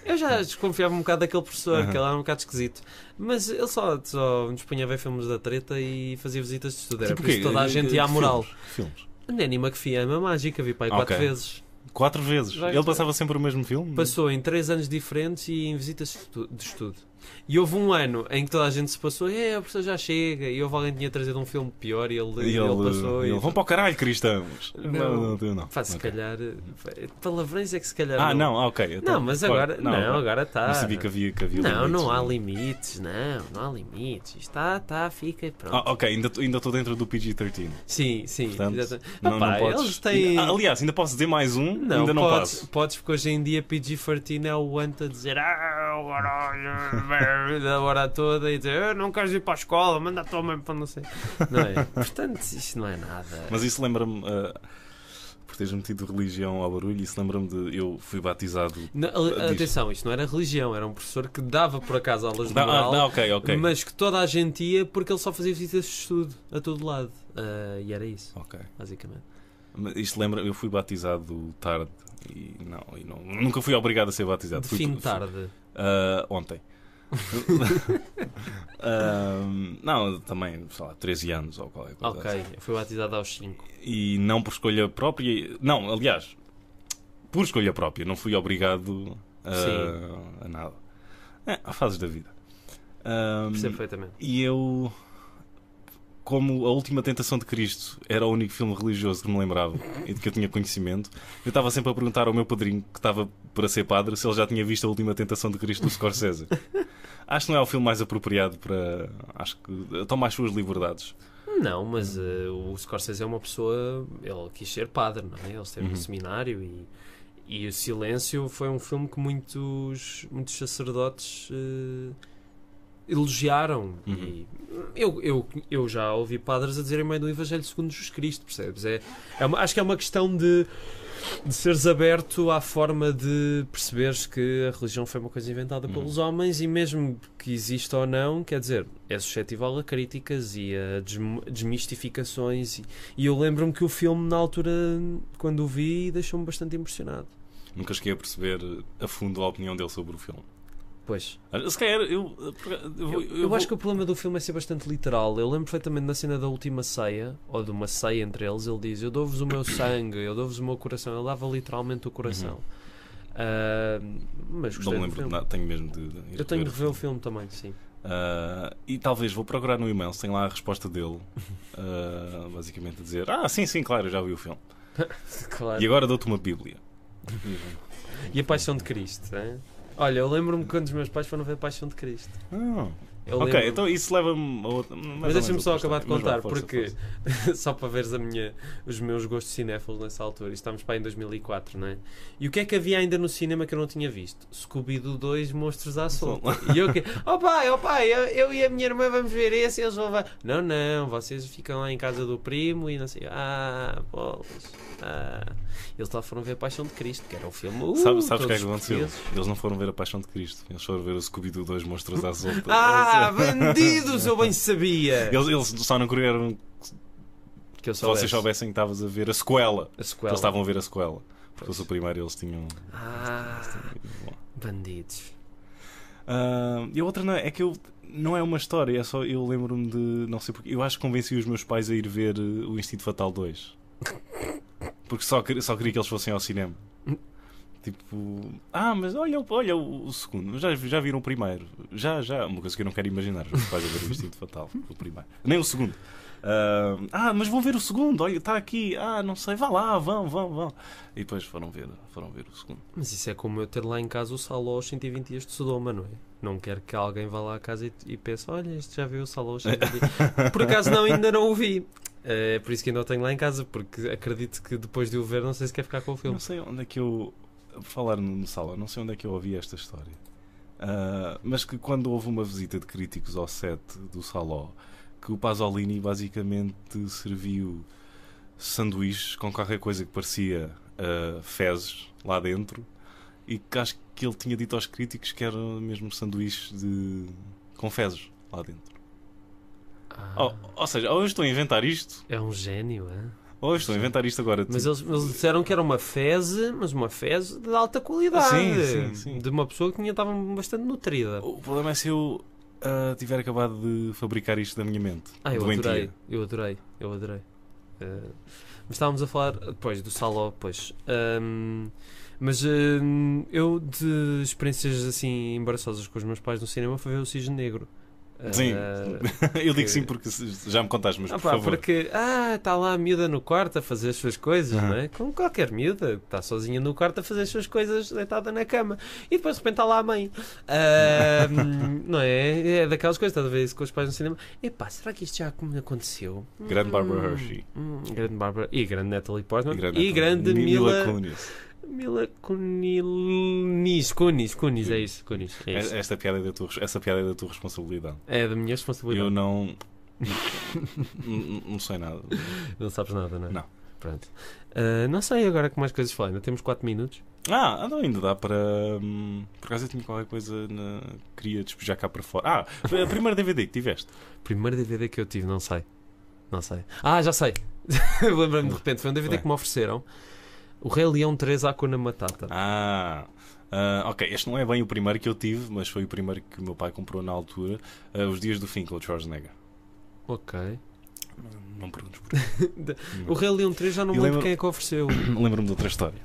Speaker 3: Eu já desconfiava um bocado daquele professor, que ele era um bocado esquisito. Mas ele só, só nos punha a ver filmes da treta e fazia visitas de estudo. Era
Speaker 4: Tipo
Speaker 3: por isso
Speaker 4: quê?
Speaker 3: que toda a gente ia à
Speaker 4: Que
Speaker 3: moral.
Speaker 4: Filmes, que filmes?
Speaker 3: Nanny McPhee é uma mágica, vi pai
Speaker 4: Ok.
Speaker 3: quatro vezes.
Speaker 4: Quatro vezes.
Speaker 3: Já
Speaker 4: Ele
Speaker 3: está.
Speaker 4: passava sempre o mesmo filme?
Speaker 3: Passou em três anos diferentes e em visitas de estu- de estudo. E houve um ano em que toda a gente se passou, é, a professora já chega, e houve alguém que tinha trazido um filme pior e ele,
Speaker 4: E ele,
Speaker 3: ele passou.
Speaker 4: e
Speaker 3: e
Speaker 4: ele, vão para o caralho, cristãos.
Speaker 3: Não.
Speaker 4: não, não. não.
Speaker 3: Pá, se
Speaker 4: Ok.
Speaker 3: calhar. Palavrões é que se calhar.
Speaker 4: Ah, não, ah, ok. então,
Speaker 3: Não, mas
Speaker 4: claro.
Speaker 3: agora. Não, agora está.
Speaker 4: Não sabia que havia, que havia
Speaker 3: Não,
Speaker 4: limites, é?
Speaker 3: não há limites, não, não há limites. Está, está, fica e pronto.
Speaker 4: Ah, ok, ainda estou ainda tô dentro do PG-13.
Speaker 3: Sim, sim.
Speaker 4: Portanto,
Speaker 3: exatamente.
Speaker 4: Não,
Speaker 3: Opá,
Speaker 4: não podes. Ah,
Speaker 3: eles têm.
Speaker 4: Ainda- aliás, ainda posso dizer mais um,
Speaker 3: Não,
Speaker 4: ainda não
Speaker 3: podes,
Speaker 4: posso.
Speaker 3: podes, porque hoje em dia PG-13 é o Ant a dizer "Ah, agora da hora toda e dizer eu não queres ir para a escola, manda a tua mãe para não sei. Não é? Portanto, isto não é nada.
Speaker 4: Mas isso lembra-me, ah, por teres metido religião ao barulho, isso lembra-me de. Eu fui batizado.
Speaker 3: Não, a-
Speaker 4: Diz.
Speaker 3: atenção, isto não era religião, era um professor que dava por acaso aulas de
Speaker 4: Ah,
Speaker 3: moral,
Speaker 4: ah, ok, ok.
Speaker 3: mas que toda a gente ia porque ele só fazia visitas de estudo a todo lado. Ah, e era isso,
Speaker 4: Ok.
Speaker 3: basicamente.
Speaker 4: Mas Isto lembra eu fui batizado tarde e não, e não- nunca fui obrigado a ser batizado. Fui-
Speaker 3: Define
Speaker 4: fui-
Speaker 3: tarde.
Speaker 4: Ah, ontem. Ahm, não, também, sei lá, 13 anos ou qualquer coisa. assim.
Speaker 3: Ok, eu fui batizado aos 5.
Speaker 4: e não por escolha própria. Não, aliás, por escolha própria, não fui obrigado a, a nada. É, há fases da vida. Ahm,
Speaker 3: Percebo perfeitamente.
Speaker 4: e eu, como A Última Tentação de Cristo era o único filme religioso que me lembrava e de que eu tinha conhecimento, eu estava sempre a perguntar ao meu padrinho, que estava para ser padre, se ele já tinha visto A Última Tentação de Cristo do Scorsese. Acho que não é o filme mais apropriado para. Acho que toma as suas liberdades.
Speaker 3: Não, mas eh, o Scorsese é uma pessoa. Ele quis ser padre, não é? Ele esteve
Speaker 4: Uhum.
Speaker 3: no seminário e. E O Silêncio foi um filme que muitos, muitos sacerdotes eh, elogiaram. E eu, eu, eu já ouvi padres a dizerem meio do Evangelho segundo Jesus Cristo, percebes? É, é uma- acho que é uma questão de, de seres aberto à forma de perceberes que a religião foi uma coisa inventada
Speaker 4: Uhum.
Speaker 3: pelos homens e mesmo que exista ou não, quer dizer, é suscetível a críticas e a desm- desmistificações. E, e eu lembro-me que o filme, na altura, quando o vi, deixou-me bastante impressionado.
Speaker 4: Nunca cheguei a perceber a fundo a opinião dele sobre o filme. Ah,
Speaker 3: Pois.
Speaker 4: Se calhar, eu.
Speaker 3: Eu, eu acho que o problema do filme é ser bastante literal. Eu lembro perfeitamente na cena da última ceia, ou de uma ceia entre eles, ele diz: Eu dou-vos o meu sangue, eu dou-vos o meu coração. Ele dava literalmente o coração. Ah, mas
Speaker 4: Não
Speaker 3: gostei
Speaker 4: me
Speaker 3: do
Speaker 4: lembro de
Speaker 3: filme.
Speaker 4: nada, tenho mesmo de. de ir
Speaker 3: Eu tenho de
Speaker 4: rever
Speaker 3: rever o filme também, sim.
Speaker 4: Ah, e talvez vou procurar no e-mail se tem lá a resposta dele. Ah, basicamente a dizer: Ah, sim, sim, claro, eu já vi o filme.
Speaker 3: Claro.
Speaker 4: E
Speaker 3: E,
Speaker 4: agora dou-te uma Bíblia.
Speaker 3: a Paixão de Cristo, hein? Olha, eu lembro-me quando os meus pais foram ver a Paixão de Cristo.
Speaker 4: Ah,
Speaker 3: Eu
Speaker 4: ok,
Speaker 3: lembro-me.
Speaker 4: então isso leva-me a outra. mais ou
Speaker 3: Mas
Speaker 4: menos
Speaker 3: deixa-me só
Speaker 4: outra
Speaker 3: acabar de
Speaker 4: história. Mas vá,
Speaker 3: contar,
Speaker 4: força,
Speaker 3: porque
Speaker 4: força.
Speaker 3: só para veres a minha, os meus gostos cinéfilos nessa altura, estamos para em 2004, não é? E o que é que havia ainda no cinema que eu não tinha visto? Scooby-Doo 2 Monstros à Solta. E eu que, oh pai, oh pai, eu, eu e a minha irmã vamos ver esse, eles vão ver. Não, não, vocês ficam lá em casa do primo e não sei. Ah, bolas. Ah. Eles lá foram ver Paixão de Cristo, que era um filme. Uh,
Speaker 4: Sabe- sabes o que é
Speaker 3: todos
Speaker 4: que aconteceu?
Speaker 3: portugueses.
Speaker 4: Eles não foram ver A Paixão de Cristo, eles foram ver o Scooby-Doo 2 Monstros à Solta.
Speaker 3: Ah, bandidos, eu bem sabia!
Speaker 4: Eles, eles só não queriam
Speaker 3: Que eu
Speaker 4: se vocês soubessem que estavas a ver a sequela.
Speaker 3: A
Speaker 4: Que
Speaker 3: sequela.
Speaker 4: eles estavam a ver a sequela. Porque eu sou o primeiro e eles tinham.
Speaker 3: Ah,
Speaker 4: Bom.
Speaker 3: bandidos.
Speaker 4: Ah, e a outra não é, é que eu não é uma história, é só eu lembro-me de. Não sei porque. Eu acho que convenci os meus pais a ir ver eh, o Instinto Fatal 2. Porque só, quer- só queria que eles fossem ao cinema. Tipo, ah, mas olha, o- olha o, o segundo, já, já viram o primeiro. Já, já, uma coisa que eu não quero imaginar. Os meus pais a ver o Instinto Fatal, o primeiro. Nem o segundo. Ah, ah, mas vão ver o segundo, olha, está aqui. Ah, não sei, vá lá, vão, vão, vão. E depois foram ver, foram ver o segundo.
Speaker 3: Mas isso é como eu ter lá em casa o Saló aos 120 dias de Sodoma, não é? Não quero que alguém vá lá à casa e, e pense: olha, este já viu o Saló aos 120 dias. Por acaso não, ainda não o vi. É por isso que ainda o tenho lá em casa, porque acredito que depois de o ver, não sei se quer ficar com o
Speaker 4: Eu
Speaker 3: filme.
Speaker 4: Não sei onde é que eu. Por falar no, no Sala, não sei onde é que eu ouvi esta história. Ah, mas que quando houve uma visita de críticos ao set do Saló, que o Pasolini basicamente serviu sanduíches com qualquer coisa que parecia ah, fezes lá dentro e que acho que ele tinha dito aos críticos que eram mesmo sanduíches de... com fezes lá dentro.
Speaker 3: Ah,
Speaker 4: Ou- ou seja, ou eu estou a inventar isto,
Speaker 3: É um gênio, é?
Speaker 4: ou eu estou a inventar isto agora.
Speaker 3: Mas eles, eles disseram que era uma feze, mas uma feze de alta qualidade.
Speaker 4: Sim, sim, sim.
Speaker 3: De uma pessoa que tinha, estava bastante nutrida.
Speaker 4: O problema é se eu ah, tiver acabado de fabricar isto da minha mente.
Speaker 3: Ah, eu
Speaker 4: Doentia.
Speaker 3: adorei, eu adorei, eu adorei. Eh, Mas estávamos a falar depois do Saló, pois. Ahm, mas ahm, eu, de experiências assim embaraçosas com os meus pais no cinema, fui ver o Cisne Negro. Ah,
Speaker 4: Sim. Eu
Speaker 3: porque-
Speaker 4: digo sim porque se- já me contaste, mas
Speaker 3: Ah,
Speaker 4: por
Speaker 3: pá,
Speaker 4: favor.
Speaker 3: porque ah, está lá a miúda no quarto a fazer as suas coisas,
Speaker 4: Aham.
Speaker 3: não é? Como qualquer miúda, está sozinha no quarto a fazer as suas coisas, deitada na cama, e depois de repente está lá a mãe, Ah, hum, não é? É daquelas coisas, estás a ver isso com os pais no cinema. Epá, será que isto já como aconteceu?
Speaker 4: Grande Barbara Hershey.
Speaker 3: hum, grande Barbara e grande Natalie Portman e grande,
Speaker 4: Natal. Mi-
Speaker 3: Mila,
Speaker 4: Kunis.
Speaker 3: Mila Kunis, Kunis, Kunis, é isso, Kunis, é isso.
Speaker 4: É- Esta piada é da tua, essa piada é da tua responsabilidade.
Speaker 3: É da minha
Speaker 4: Eu
Speaker 3: responsabilidade.
Speaker 4: não. N- não sei nada.
Speaker 3: Não sabes nada, não é?
Speaker 4: Não.
Speaker 3: Pronto. Ah, não sei agora que mais coisas falar, ainda temos 4 minutos.
Speaker 4: Ah, então ainda dá para. hum, Por acaso eu tinha qualquer coisa na. Queria despejar cá para fora. Ah, foi a primeira DVD que tiveste.
Speaker 3: Primeiro DVD que eu tive, não sei. Não sei. Ah, já sei. Lembro-me de repente. Foi um DVD
Speaker 4: Ué.
Speaker 3: que me ofereceram. O Rei Leão 3 Akuna Matata.
Speaker 4: Ah, ah, ok. Este não é bem o primeiro que eu tive, mas foi o primeiro que o meu pai comprou na altura. Ah, Os Dias do Fim com o Schwarzenegger.
Speaker 3: Ok.
Speaker 4: Não me perguntes porquê.
Speaker 3: O Rei Leão 3 já não
Speaker 4: E
Speaker 3: me lembro
Speaker 4: lembra-
Speaker 3: quem é que ofereceu.
Speaker 4: Lembro-me de outra história.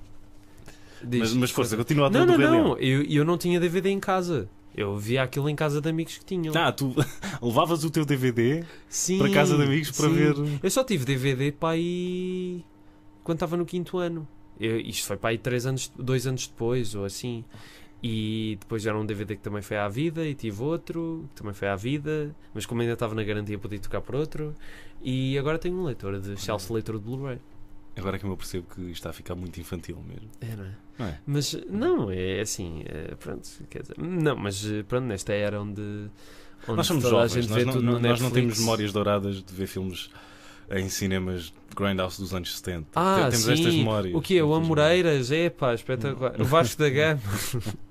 Speaker 3: Diz.
Speaker 4: Mas, mas força, continua a
Speaker 3: Não,
Speaker 4: do
Speaker 3: não,
Speaker 4: Rei Leão.
Speaker 3: não. Eu, eu não tinha DVD em casa. Eu via aquilo em casa de amigos que tinham.
Speaker 4: Ah, tu levavas o teu DVD
Speaker 3: Sim,
Speaker 4: para casa de amigos para
Speaker 3: sim.
Speaker 4: ver.
Speaker 3: Eu só tive DVD para aí. quando estava no quinto ano. Eu- isto foi para aí 3 anos, 2 anos depois, ou assim. E depois já era um DVD que também foi à vida, e tive outro, que também foi à vida, mas como ainda estava na garantia, podia tocar por outro. E agora tenho um leitor de Chelsea, leitor de Blu-ray.
Speaker 4: Agora é que eu percebo que isto está a ficar muito infantil mesmo.
Speaker 3: É, não é?
Speaker 4: Não é?
Speaker 3: Mas não, é assim, é, pronto, quer dizer, não, mas eh, pronto, nesta era onde. onde
Speaker 4: nós somos
Speaker 3: toda a
Speaker 4: jovens,
Speaker 3: gente
Speaker 4: nós,
Speaker 3: vê
Speaker 4: não,
Speaker 3: tudo no
Speaker 4: nós não temos
Speaker 3: Netflix.
Speaker 4: memórias douradas de ver filmes em cinemas de grindhouse dos anos 70.
Speaker 3: Ah,
Speaker 4: Te- temos
Speaker 3: sim.
Speaker 4: estas memórias.
Speaker 3: O que é? O
Speaker 4: Estas
Speaker 3: Amoreiras? É pá, espetacular. O Vasco da Gama.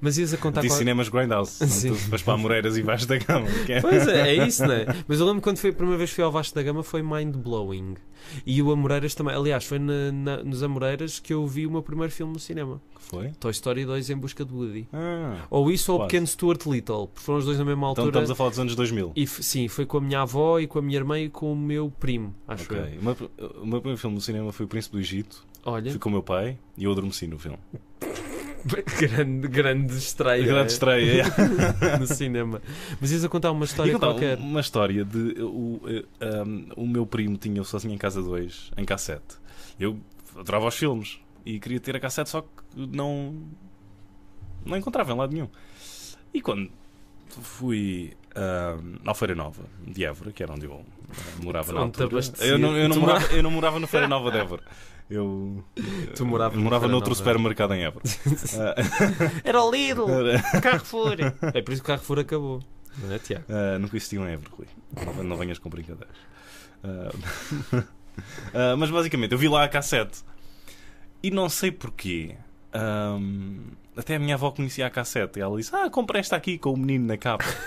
Speaker 3: Mas ias a contar
Speaker 4: memórias. Diz
Speaker 3: com a-
Speaker 4: cinemas grindhouse.
Speaker 3: Sim.
Speaker 4: Sim. Mas para Amoreiras e Baixo da Gama. que é-
Speaker 3: Pois é, é isso, não é? Mas eu lembro quando foi a primeira vez que fui ao Vasco da Gama foi mind blowing. E o Amoreiras também. Aliás, foi na- na- nos Amoreiras que eu vi o meu primeiro filme no cinema:
Speaker 4: Que foi?
Speaker 3: Toy Story 2 em busca de Woody.
Speaker 4: Ah,
Speaker 3: Ou isso ou o
Speaker 4: Quase.
Speaker 3: pequeno Stuart Little, porque foram os dois na mesma
Speaker 4: então
Speaker 3: altura.
Speaker 4: estamos a falar dos anos 2000.
Speaker 3: E f- sim, foi com a minha avó e com a minha irmã e com o meu primo, acho
Speaker 4: Ok.
Speaker 3: eu.
Speaker 4: O meu, o meu primeiro filme no cinema foi O Príncipe do Egito.
Speaker 3: Olha,
Speaker 4: Fui com o meu pai e eu adormeci no filme.
Speaker 3: grande, grande estreia.
Speaker 4: Grande estreia.
Speaker 3: no cinema. Mas ias a contar uma
Speaker 4: E um-
Speaker 3: história
Speaker 4: contava
Speaker 3: qualquer.
Speaker 4: uma história de o, eh, um, o meu primo tinha sozinho em casa dois, em cassete. Eu adorava os filmes e queria ter a cassete, só que não, não encontrava em lado nenhum. E quando fui um, à Feira Nova de Évora, que era onde eu eh, morava na
Speaker 3: Onde te
Speaker 4: altura,
Speaker 3: abastecia.
Speaker 4: eu não, eu, não
Speaker 3: Tu
Speaker 4: morava, eu não morava na Feira Nova de Évora. Eu,
Speaker 3: Tu moravas
Speaker 4: eu
Speaker 3: na
Speaker 4: morava
Speaker 3: Feira
Speaker 4: noutro
Speaker 3: Nova.
Speaker 4: supermercado em Évora.
Speaker 3: Era o Lidl,
Speaker 4: Ah,
Speaker 3: Carrefour. É por isso que o Carrefour acabou. Não é, Tiago?
Speaker 4: Ah, nunca existiu em Évora, Rui. Não, ven- não venhas com brincadeiras. Ah, ah, mas basicamente, eu vi lá a cassete. E não sei porquê. ahm, até a minha avó conhecia a cassete. E ela disse: Ah, compra esta aqui com o menino na capa.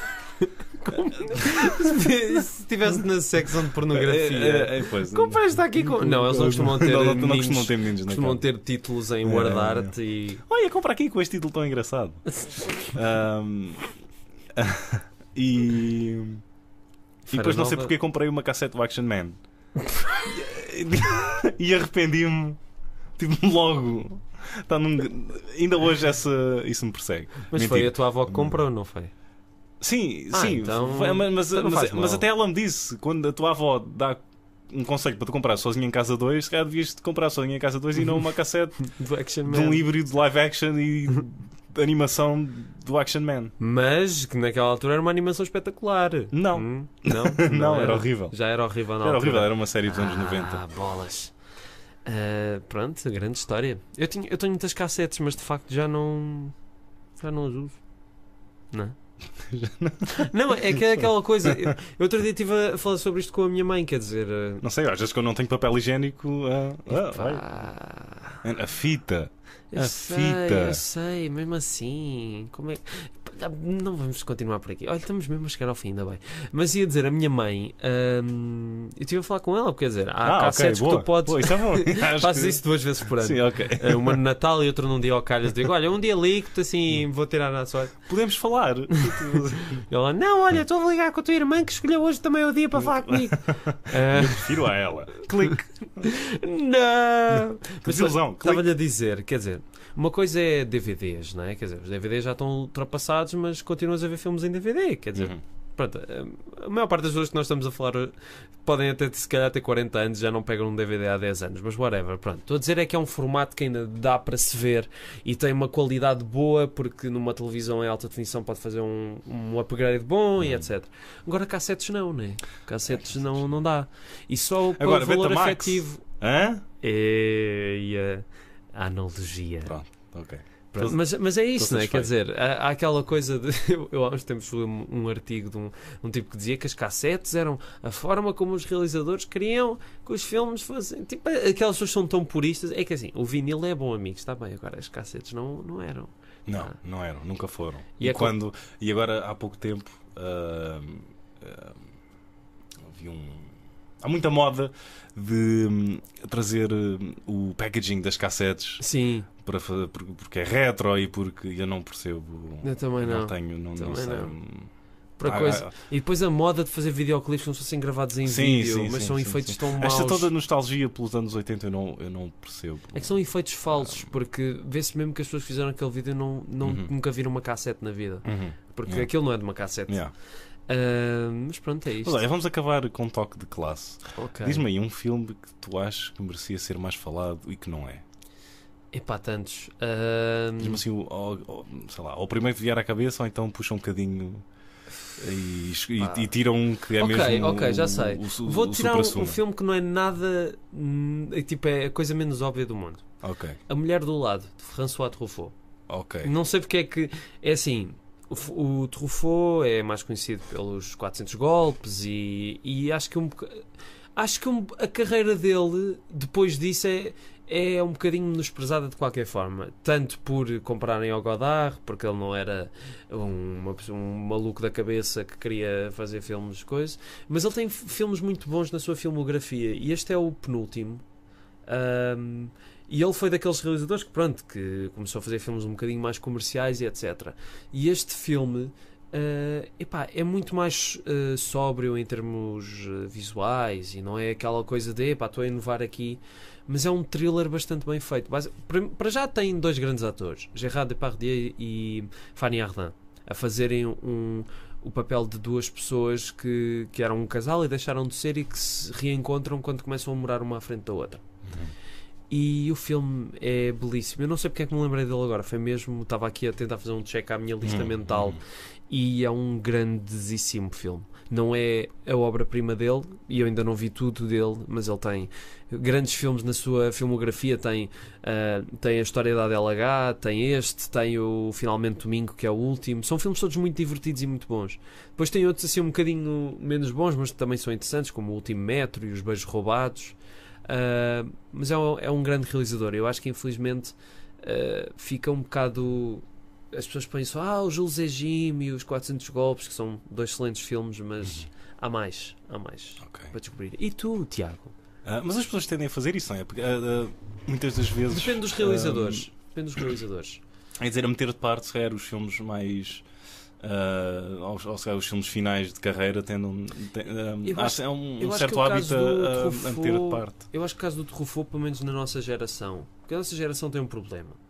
Speaker 3: Se estivesse na secção de pornografia.
Speaker 4: Eh, eh, eh, pois,
Speaker 3: Compra esta aqui com. Não, eles não costumam ter.
Speaker 4: Não, não- não
Speaker 3: meninos,
Speaker 4: costumam ter meninos na
Speaker 3: costumam
Speaker 4: capa.
Speaker 3: ter títulos em
Speaker 4: É,
Speaker 3: word
Speaker 4: é,
Speaker 3: art e.
Speaker 4: Olha, compra aqui com este título tão engraçado. Ahm, e. E depois não sei
Speaker 3: Nova.
Speaker 4: porque comprei uma cassete do Action Man. e arrependi-me. Tipo, logo. Tá num- Ainda hoje essa... isso me persegue.
Speaker 3: Mas
Speaker 4: Mentira. Hum.
Speaker 3: foi a tua avó que comprou, não foi?
Speaker 4: Sim,
Speaker 3: Ah,
Speaker 4: sim.
Speaker 3: então-
Speaker 4: foi- mas, mas-
Speaker 3: então não
Speaker 4: mas-
Speaker 3: faz mal.
Speaker 4: mas até ela me disse: quando a tua avó dá um conselho para tu comprar sozinha em casa 2, se calhar devias comprar sozinha em casa 2 e não uma cassete
Speaker 3: Do Action
Speaker 4: de
Speaker 3: Man.
Speaker 4: um híbrido de live action e de animação do Action Man.
Speaker 3: Mas que naquela altura era uma animação espetacular.
Speaker 4: Não.
Speaker 3: Hum? Não,
Speaker 4: Não, era horrível.
Speaker 3: Já era horrível na
Speaker 4: Era
Speaker 3: altura.
Speaker 4: horrível, era uma série dos anos
Speaker 3: ah,
Speaker 4: 90.
Speaker 3: bolas. Ah, pronto, grande história. Eu, tinha, eu tenho muitas cassetes, mas de facto já não. Já não as uso. Não? é? não, é que é aquela coisa. Eu, eu outro dia estive a falar sobre isto com a minha mãe, quer dizer. ah,
Speaker 4: Não sei, às vezes quando não tenho papel higiênico. ah, ah, vai.
Speaker 3: pá,
Speaker 4: a fita.
Speaker 3: eu
Speaker 4: a
Speaker 3: sei,
Speaker 4: fita.
Speaker 3: eu sei, mesmo assim. Como é... Não vamos continuar por aqui. Olha, estamos mesmo a chegar ao fim, ainda bem. Mas ia dizer, a minha mãe, hum, eu estive a falar com ela, porque quer dizer, há
Speaker 4: Ah, ok,
Speaker 3: cassetes
Speaker 4: boa.
Speaker 3: que tu podes.
Speaker 4: Boa, isso é bom. Acho
Speaker 3: Fazes
Speaker 4: que-
Speaker 3: isso duas vezes por ano.
Speaker 4: Sim, ok.
Speaker 3: Eh, Uma no Natal e outra num dia ao calhas. Digo, olha, um dia ligo-te assim, vou tirar na sorte.
Speaker 4: Podemos falar.
Speaker 3: E ela, não, olha,
Speaker 4: Hum.
Speaker 3: estou a ligar com a tua irmã que escolheu hoje também o dia para falar comigo.
Speaker 4: Eu
Speaker 3: Eh,
Speaker 4: prefiro a ela. Clique.
Speaker 3: não!
Speaker 4: Desilusão. Clique.
Speaker 3: Estava-lhe a dizer, quer dizer, uma coisa é DVDs, não é? Quer dizer, os DVDs já estão ultrapassados, mas continuas a ver filmes em DVD. Quer dizer,
Speaker 4: Uhum.
Speaker 3: pronto, eh, a maior parte das pessoas que nós estamos a falar eh, podem até, se calhar, ter 40 anos, já não pegam um DVD há 10 anos, mas whatever, pronto. Estou a dizer é que é um formato que ainda dá para se ver e tem uma qualidade boa, porque numa televisão em alta definição pode fazer um, um upgrade bom
Speaker 4: Uhum.
Speaker 3: e etc. Agora, cassetes não, né? Cassetes não, não dá. E só o
Speaker 4: Agora,
Speaker 3: valor
Speaker 4: Betamax.
Speaker 3: afetivo.
Speaker 4: Hã?
Speaker 3: É, e a, a analogia.
Speaker 4: Pronto, ok.
Speaker 3: Pronto, Mas, mas é isso,
Speaker 4: estou
Speaker 3: não é? Quer
Speaker 4: satisfeito.
Speaker 3: dizer, há, há aquela coisa de. Eu, eu há uns tempos li um, um artigo de um, um tipo que dizia que as cassetes eram a forma como os realizadores queriam que os filmes fossem. Tipo, aquelas pessoas são tão puristas. É que assim, o vinil é bom, amigos, está bem. Agora, as cassetes não, não eram.
Speaker 4: Não,
Speaker 3: Ah.
Speaker 4: não eram, nunca foram.
Speaker 3: E
Speaker 4: E,
Speaker 3: é co-
Speaker 4: quando e agora há pouco tempo ahm, ahm, havia um há muita moda de hum, trazer hum, o packaging das cassetes
Speaker 3: Sim,
Speaker 4: para fa- por- porque é retro e porque eu não percebo.
Speaker 3: eu também não.
Speaker 4: tenho, não, não
Speaker 3: Também
Speaker 4: sei.
Speaker 3: não.
Speaker 4: hum,
Speaker 3: Para
Speaker 4: há-
Speaker 3: coisa...
Speaker 4: há-
Speaker 3: E depois a moda de fazer videoclipes como se fossem gravados em
Speaker 4: Sim,
Speaker 3: vídeo,
Speaker 4: sim,
Speaker 3: mas
Speaker 4: sim,
Speaker 3: são
Speaker 4: sim,
Speaker 3: efeitos
Speaker 4: sim.
Speaker 3: tão maus.
Speaker 4: Esta toda nostalgia pelos anos 80 eu não, eu não percebo.
Speaker 3: É que são efeitos falsos, porque vê-se mesmo que as pessoas que fizeram aquele vídeo não, não-
Speaker 4: Ah. Uhum.
Speaker 3: nunca viram uma cassete na vida.
Speaker 4: Uhum.
Speaker 3: Porque
Speaker 4: Yeah.
Speaker 3: aquilo não é de uma cassete.
Speaker 4: Yeah.
Speaker 3: Ah, mas pronto, é isto.
Speaker 4: Mas olha, vamos acabar com um toque de classe.
Speaker 3: Ok.
Speaker 4: Diz-me aí um filme que tu achas que merecia ser mais falado e que não é.
Speaker 3: Epá, tantos. Ah,
Speaker 4: Diz-me assim, o- o- o- sei lá, ou o primeiro que vier à cabeça, ou então puxa um bocadinho e,
Speaker 3: Pá.
Speaker 4: e, e tira um que é
Speaker 3: Ok,
Speaker 4: mesmo.
Speaker 3: ok, já
Speaker 4: o-
Speaker 3: sei.
Speaker 4: O, su-
Speaker 3: Vou
Speaker 4: o
Speaker 3: tirar um,
Speaker 4: supra-sumo.
Speaker 3: um filme que não é nada. hum, é Tipo, é a coisa menos óbvia do mundo.
Speaker 4: Ok,
Speaker 3: A Mulher do Lado, de François Truffaut.
Speaker 4: ok.
Speaker 3: Não sei porque é que. É assim. O, F- o Truffaut é mais conhecido pelos 400 golpes e, e acho que um boca- acho que um- a carreira dele depois disso é é um bocadinho menosprezada de qualquer forma, tanto por compararem ao Godard, porque ele não era um, uma pessoa- um maluco da cabeça que queria fazer filmes coisa, mas ele tem f- filmes muito bons na sua filmografia e este é o penúltimo. Ahm, e ele foi daqueles realizadores que, pronto, que começou a fazer filmes um bocadinho mais comerciais e etc. E este filme ah, epá, é muito mais ah, sóbrio em termos ah, visuais e não é aquela coisa de epá, estou a inovar aqui, mas é um thriller bastante bem feito. Basi- Para para já tem dois grandes atores, Gerard Depardieu e Fanny Ardant, a fazerem um, o papel de duas pessoas que, que eram um casal e deixaram de ser e que se reencontram quando começam a morar uma à frente da outra. E o filme é belíssimo. Eu não sei porque é que me lembrei dele agora. Foi mesmo, estava aqui a tentar fazer um check à minha lista
Speaker 4: Hum,
Speaker 3: mental.
Speaker 4: hum.
Speaker 3: E é um grandíssimo filme. Não é a obra-prima dele, e eu ainda não vi tudo dele, mas ele tem grandes filmes na sua filmografia. Tem, ah, tem a história da DLH, tem este, tem o Finalmente Domingo, que é o último. São filmes todos muito divertidos e muito bons. Depois tem outros assim um bocadinho menos bons, mas que também são interessantes, como o Último Metro e os Beijos Roubados. Ah, mas é um, é um grande realizador. Eu acho que infelizmente ah, fica um bocado. As pessoas pensam, ah, o Jules Egim e os 400 Golpes, que são dois excelentes filmes, mas há mais, há mais
Speaker 4: ok.
Speaker 3: para descobrir. E tu, Tiago?
Speaker 4: Ah, mas as pessoas tendem a fazer isso, não é? Porque, ah, ah, muitas das vezes.
Speaker 3: Depende dos
Speaker 4: ah,
Speaker 3: realizadores. Depende dos realizadores.
Speaker 4: é dizer, a meter de parte, se calhar, os filmes mais. ah, ou, ou se calhar, os filmes finais de carreira tendem. ten- ah,
Speaker 3: Eu
Speaker 4: há
Speaker 3: acho-
Speaker 4: se- é um,
Speaker 3: eu acho que
Speaker 4: certo
Speaker 3: o
Speaker 4: hábito
Speaker 3: caso do
Speaker 4: a- a, a
Speaker 3: Truffaut-
Speaker 4: meter de parte.
Speaker 3: Eu acho que o caso do Truffaut, pelo menos na nossa geração, porque a nossa geração tem um problema.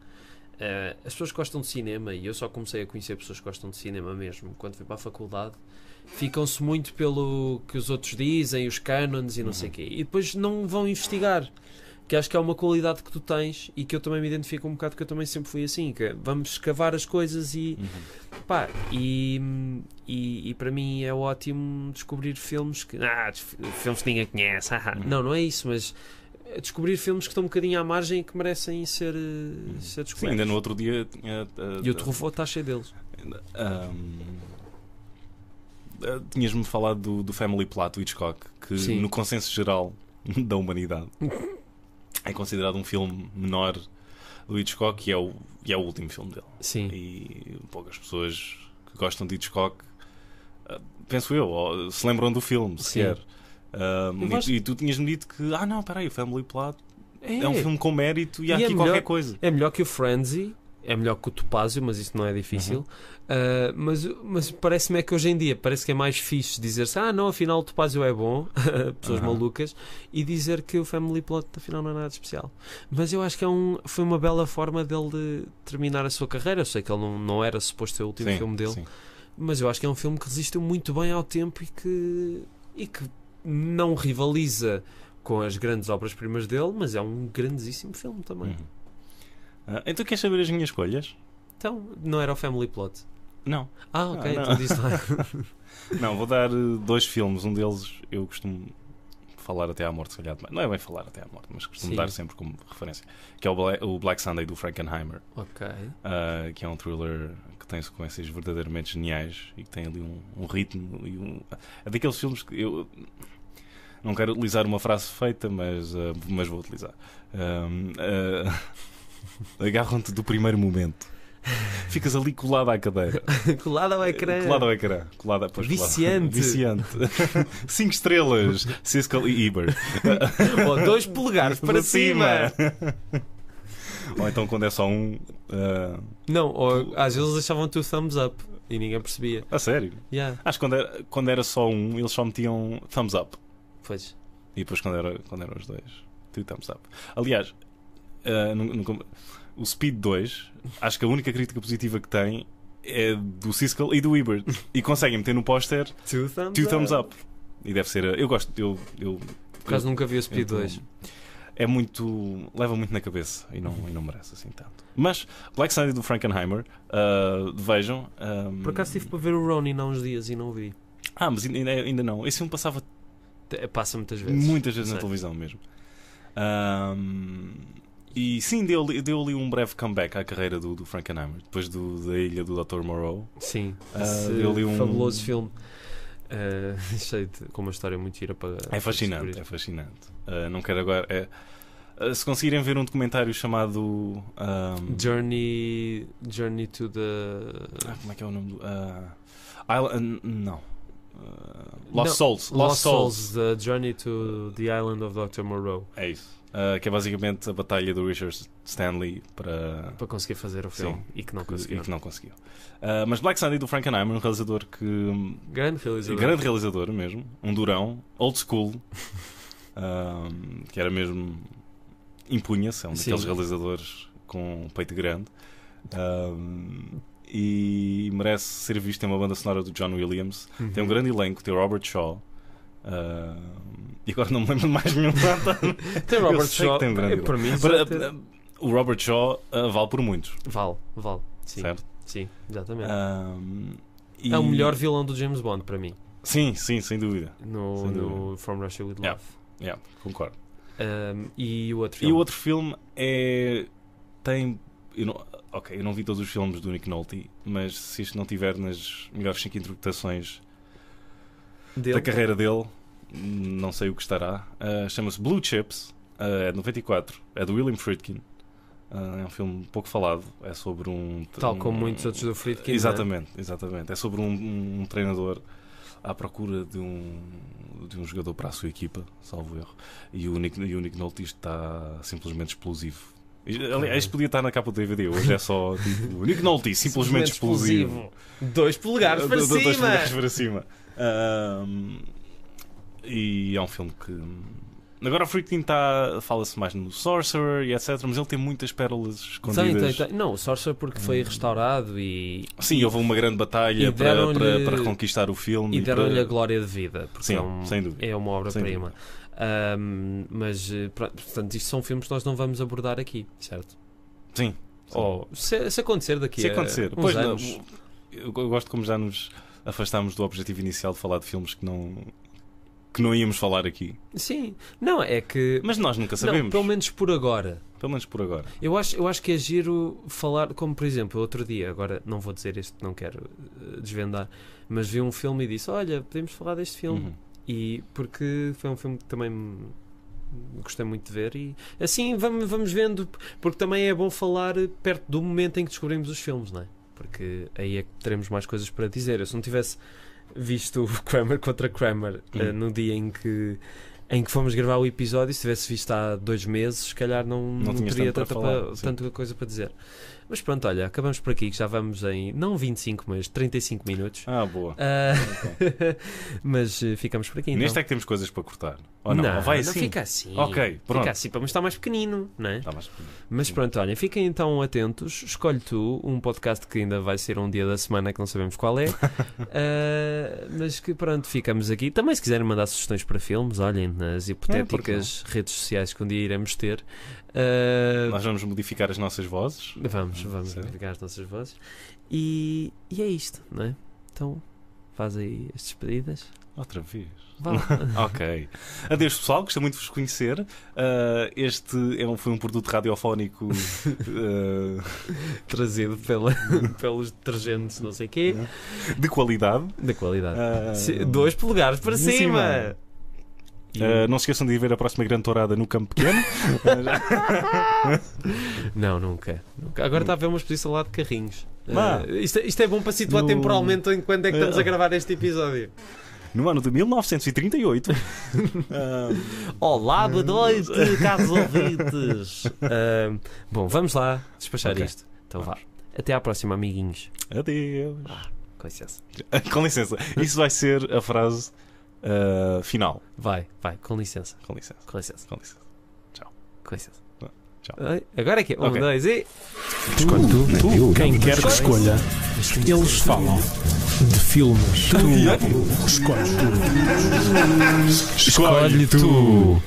Speaker 3: Eh, as pessoas que gostam de cinema, e eu só comecei a conhecer pessoas que gostam de cinema mesmo quando fui para a faculdade, ficam-se muito pelo que os outros dizem, os cânones e não sei o quê. E depois não vão investigar. Que acho que é uma qualidade que tu tens e que eu também me identifico um bocado, que eu também sempre fui assim. Que é, vamos escavar as coisas e. Pá, e, e, e para mim é ótimo descobrir filmes que. Ah, des- filmes que ninguém conhece. haha.
Speaker 4: Uhum.
Speaker 3: Não, não é isso, mas eh, descobrir filmes que estão um bocadinho à margem e que merecem ser, eh, ser
Speaker 4: Uhum. Sim, ainda
Speaker 3: descobertos.
Speaker 4: no outro dia tinha. ah,
Speaker 3: e o
Speaker 4: ah,
Speaker 3: Truffaut está cheio deles.
Speaker 4: Ahm, ah, Tinhas-me falado do, do Family Plot, do Hitchcock, que
Speaker 3: Sim.
Speaker 4: no consenso geral da humanidade é considerado um filme menor do Hitchcock e é o, e é o último filme dele.
Speaker 3: Sim.
Speaker 4: E poucas pessoas que gostam de Hitchcock, ah, penso eu, ou se lembram do filme,
Speaker 3: Sim.
Speaker 4: sequer. Ah,
Speaker 3: Eu
Speaker 4: e,
Speaker 3: acho-
Speaker 4: e tu tinhas-me dito que, ah, não, peraí, o Family Plot é,
Speaker 3: É.
Speaker 4: um filme com mérito e, há
Speaker 3: E é
Speaker 4: aqui qualquer
Speaker 3: melhor-
Speaker 4: coisa.
Speaker 3: É melhor que o Frenzy, é melhor que o Topázio, mas isso não é difícil.
Speaker 4: Uhum.
Speaker 3: Ah, mas mas parece-me é que hoje em dia parece que é mais fixe dizer-se ah não, afinal o Topázio é bom, pessoas
Speaker 4: Aham.
Speaker 3: malucas, e dizer que o Family Plot afinal não é nada de especial. Mas eu acho que é um, foi uma bela forma dele de terminar a sua carreira. Eu sei que ele não, não era suposto ser o último
Speaker 4: Sim,
Speaker 3: filme dele,
Speaker 4: sim.
Speaker 3: mas eu acho que é um filme que resistiu muito bem ao tempo e que, e que não rivaliza com as grandes obras-primas dele, mas é um grandíssimo filme também.
Speaker 4: Uhum. Ah, então queres saber as minhas escolhas?
Speaker 3: Então, não era o Family Plot.
Speaker 4: Não.
Speaker 3: Ah, ok,
Speaker 4: Ah, não.
Speaker 3: então diz lá.
Speaker 4: Não, vou dar eh, dois filmes. Um deles eu costumo falar até à morte, se calhar. Não é bem falar até à morte, mas costumo
Speaker 3: Sim.
Speaker 4: dar sempre como referência. Que é o Bla- o Black Sunday do Frankenheimer.
Speaker 3: ok.
Speaker 4: ah, que é um thriller que tem sequências verdadeiramente geniais e que tem ali um, um ritmo e um. É daqueles filmes que eu. Não quero utilizar uma frase feita, mas, ah, mas vou utilizar. Ahm, ah, Agarram-te do primeiro momento. Ficas ali colado à cadeira.
Speaker 3: Colado ao ecrã.
Speaker 4: Colado ao ecrã. Colado, pois, colado.
Speaker 3: Viciante.
Speaker 4: Viciante. Cinco estrelas. Siskel e Ebert.
Speaker 3: Ou dois polegares para cima.
Speaker 4: Ou então quando é só um. ah,
Speaker 3: Não, ou às vezes deixavam-te o thumbs up e ninguém percebia.
Speaker 4: a sério.
Speaker 3: Yeah,
Speaker 4: Acho que quando era, quando era só um, eles só metiam thumbs up.
Speaker 3: pois.
Speaker 4: E depois quando, era, quando eram os dois, two thumbs up. Aliás, ah, nu- nunca- o Speed 2, acho que a única crítica positiva que tem é do Siskel e do Ebert. E conseguem meter no póster
Speaker 3: Two thumbs
Speaker 4: two
Speaker 3: up.
Speaker 4: thumbs up. E deve ser. a- Eu gosto. Eu, eu,
Speaker 3: Por acaso nunca vi o Speed
Speaker 4: Então,
Speaker 3: 2.
Speaker 4: É muito. leva muito na cabeça e não, e não merece assim tanto. Mas Black Sunday do Frankenheimer, ah, vejam. ah,
Speaker 3: Por acaso estive para ver o Ronin há uns dias e não vi.
Speaker 4: Ah, mas ainda, ainda não. Esse filme passava
Speaker 3: Te- Passa muitas vezes.
Speaker 4: Muitas vezes na
Speaker 3: Sim.
Speaker 4: televisão mesmo. Ahm, e sim, deu, deu ali um breve comeback à carreira do, do Frankenheimer, depois do- da ilha do Dr. Moreau.
Speaker 3: Sim,
Speaker 4: Ah,
Speaker 3: esse
Speaker 4: eu li um-
Speaker 3: fabuloso filme. Ah, cheio de, com uma história muito gira para.
Speaker 4: É
Speaker 3: para
Speaker 4: fascinante, é
Speaker 3: descobrir.
Speaker 4: fascinante. Ah, não quero agora. é- ah, se conseguirem ver um documentário chamado. ahm,
Speaker 3: Journey, Journey to the.
Speaker 4: ah, como é que é o nome do. ah, Island- não. Ah, Lost
Speaker 3: Não,
Speaker 4: Souls. Lost,
Speaker 3: Lost
Speaker 4: Souls.
Speaker 3: Souls, The Journey to the Island of Dr. Moreau,
Speaker 4: É isso. Ah, que é basicamente a batalha do Richard Stanley para,
Speaker 3: para conseguir fazer o
Speaker 4: Sim.
Speaker 3: filme e que não
Speaker 4: que-
Speaker 3: conseguiu.
Speaker 4: e que não conseguiu. Ah, mas Black Sunday do Frankenheimer, um realizador que. hum,
Speaker 3: Grande realizador.
Speaker 4: Grande realizador mesmo. Um durão, old school. ahm, que era mesmo. impunha-se. É um
Speaker 3: Sim.
Speaker 4: daqueles realizadores com um peito grande. Ahm, e merece ser visto. Tem uma banda sonora do John Williams.
Speaker 3: Uhum.
Speaker 4: Tem um grande elenco. Tem o Robert Shaw. ahm, e agora não me lembro de mais nenhum.
Speaker 3: Tem
Speaker 4: Eu
Speaker 3: Robert
Speaker 4: sei que
Speaker 3: Shaw.
Speaker 4: tem um grande
Speaker 3: eh, para mim, já
Speaker 4: Para-
Speaker 3: tem-
Speaker 4: o Robert Shaw ah, vale por muitos,
Speaker 3: vale, vale. Sim,
Speaker 4: certo?
Speaker 3: sim exatamente.
Speaker 4: Ahm, e-
Speaker 3: É o melhor vilão do James Bond para mim.
Speaker 4: Sim, sim, sem dúvida.
Speaker 3: No,
Speaker 4: Sem
Speaker 3: no From Russia with Love.
Speaker 4: Yeah. Yeah, concordo.
Speaker 3: Um, e o outro
Speaker 4: E
Speaker 3: filme.
Speaker 4: o outro filme é. Tem. Eu não, ok, eu não vi todos os filmes do Nick Nolte, mas se isto não tiver nas melhores 5 interpretações
Speaker 3: Dele?
Speaker 4: da carreira dele, não sei o que estará. Ah, Chama-se Blue Chips, ah, é de 94, é do William Friedkin. Ah, é um filme pouco falado, é sobre um.
Speaker 3: Tal
Speaker 4: um-
Speaker 3: como muitos outros do Friedkin. não é?
Speaker 4: Exatamente, exatamente. É sobre um, um- um treinador à procura de um, de um jogador para a sua equipa, salvo erro. E o Nick, e o Nick Nolte está simplesmente explosivo. E,
Speaker 3: Uhum.
Speaker 4: Aliás, isto podia estar na capa do DVD, hoje é só tipo, Nick Nolte, simplesmente, explosivo.
Speaker 3: né? Dois polegares para
Speaker 4: Do- do- Dois
Speaker 3: cima.
Speaker 4: polegares para cima. Ahm, e é um filme que. Agora o Freaking tá, fala-se mais no Sorcerer e etc, mas ele tem muitas pérolas
Speaker 3: Tem,
Speaker 4: escondidas. Hum.
Speaker 3: tem, tem. então, Não, o Sorcerer porque foi restaurado e,
Speaker 4: Sim, houve uma grande
Speaker 3: E
Speaker 4: batalha para,
Speaker 3: deram-lhe-
Speaker 4: para- para conquistar o filme.
Speaker 3: E deram-lhe
Speaker 4: para-
Speaker 3: a glória de vida, porque
Speaker 4: Sim,
Speaker 3: é, um-
Speaker 4: sem dúvida.
Speaker 3: é uma
Speaker 4: Sem
Speaker 3: obra-prima. Ahm, mas, eh, pra- portanto, isto são filmes que nós não vamos abordar aqui, certo?
Speaker 4: Sim. Sim.
Speaker 3: Ou se, se acontecer daqui
Speaker 4: Oh, Se
Speaker 3: a
Speaker 4: acontecer.
Speaker 3: é uns
Speaker 4: Pois não,
Speaker 3: anos.
Speaker 4: eu, eu gosto como já nos afastámos do objetivo inicial de falar de filmes que não que não íamos falar aqui.
Speaker 3: Sim, não, é que.
Speaker 4: Mas nós nunca
Speaker 3: não,
Speaker 4: sabemos.
Speaker 3: pelo menos por agora.
Speaker 4: Pelo menos por agora.
Speaker 3: Eu acho, eu acho que é giro falar, como por exemplo, outro dia, agora não vou dizer este, não quero eh, desvendar, mas vi um filme e disse: Olha, podemos falar deste filme.
Speaker 4: Uhum.
Speaker 3: E porque foi um filme que também me- gostei muito de ver e assim vamos, vamos vendo, porque também é bom falar perto do momento em que descobrimos os filmes, não é? Porque aí é que teremos mais coisas para dizer. Eu se não tivesse visto o Kramer contra Kramer eh,
Speaker 4: Hum.
Speaker 3: no dia em que, em que fomos gravar o episódio, se tivesse visto há dois meses, se calhar não, não,
Speaker 4: tinhas
Speaker 3: teria
Speaker 4: tanto
Speaker 3: tanta,
Speaker 4: para
Speaker 3: pa-
Speaker 4: falar, sim.
Speaker 3: tanta coisa para dizer. Mas pronto, olha, acabamos por aqui, que já vamos em não 25, mas 35 minutos.
Speaker 4: Ah, boa.
Speaker 3: Ah, mas eh, ficamos por aqui. Então.
Speaker 4: Neste é que temos coisas para cortar. Ou não?
Speaker 3: não,
Speaker 4: Ou vai
Speaker 3: não
Speaker 4: assim?
Speaker 3: fica assim.
Speaker 4: Ok, pronto.
Speaker 3: Fica assim para mostrar mais pequenino, não é?
Speaker 4: Tá, mas-
Speaker 3: Mas
Speaker 4: Sim.
Speaker 3: pronto, olha, fiquem então atentos. Escolhe tu um podcast que ainda vai ser um dia da semana que não sabemos qual é. Ah, mas que pronto, ficamos aqui. Também se quiserem mandar sugestões para filmes, olhem nas
Speaker 4: É,
Speaker 3: hipotéticas redes sociais que um dia iremos ter. Ah,
Speaker 4: Nós vamos modificar as nossas vozes.
Speaker 3: vamos, vamos
Speaker 4: Certo.
Speaker 3: ligar as nossas vozes. E, e é isto, não é? Então faz aí as despedidas.
Speaker 4: Outra vez.
Speaker 3: Vá.
Speaker 4: Ok. Adeus, pessoal. Gostei muito de vos conhecer. Ah, este é um- foi um produto radiofónico. ah,
Speaker 3: Trazido pela, pelos detergentes, não sei quê,
Speaker 4: de qualidade.
Speaker 3: da qualidade.
Speaker 4: É. Ah,
Speaker 3: Se- Dois polegares para
Speaker 4: em
Speaker 3: cima!
Speaker 4: cima. ah, não se esqueçam de ir ver a próxima grande tourada no Campo Pequeno.
Speaker 3: Não, nunca. nunca. Agora está a ver uma exposição lá de carrinhos.
Speaker 4: Hum. Vá.
Speaker 3: Eh, isto, é- isto é bom para situar
Speaker 4: No-
Speaker 3: temporalmente em quando é que estamos
Speaker 4: Eh,
Speaker 3: a gravar este episódio.
Speaker 4: no ano de 1938. Ah,
Speaker 3: Olá,
Speaker 4: Hum.
Speaker 3: boa noite, caros ouvintes. Ah, bom, vamos lá despachar
Speaker 4: Ok.
Speaker 3: isto. Então vá. Até à próxima, amiguinhos.
Speaker 4: adeus.
Speaker 3: Com licença.
Speaker 4: Com licença. Isso vai ser a frase ah, final.
Speaker 3: Vai, vai, com licença.
Speaker 4: Com licença.
Speaker 3: Com licença.
Speaker 4: Com licença.
Speaker 3: Com licença.
Speaker 4: Tchau.
Speaker 3: Ai, Agora é que é. Um,
Speaker 4: Ok.
Speaker 3: dois e.
Speaker 2: Escolhe tu,
Speaker 1: eu,
Speaker 2: quem
Speaker 4: eu.
Speaker 2: quer que escolha. Eles falam de filmes. Tu escolhe tu.
Speaker 4: Escolhe tu.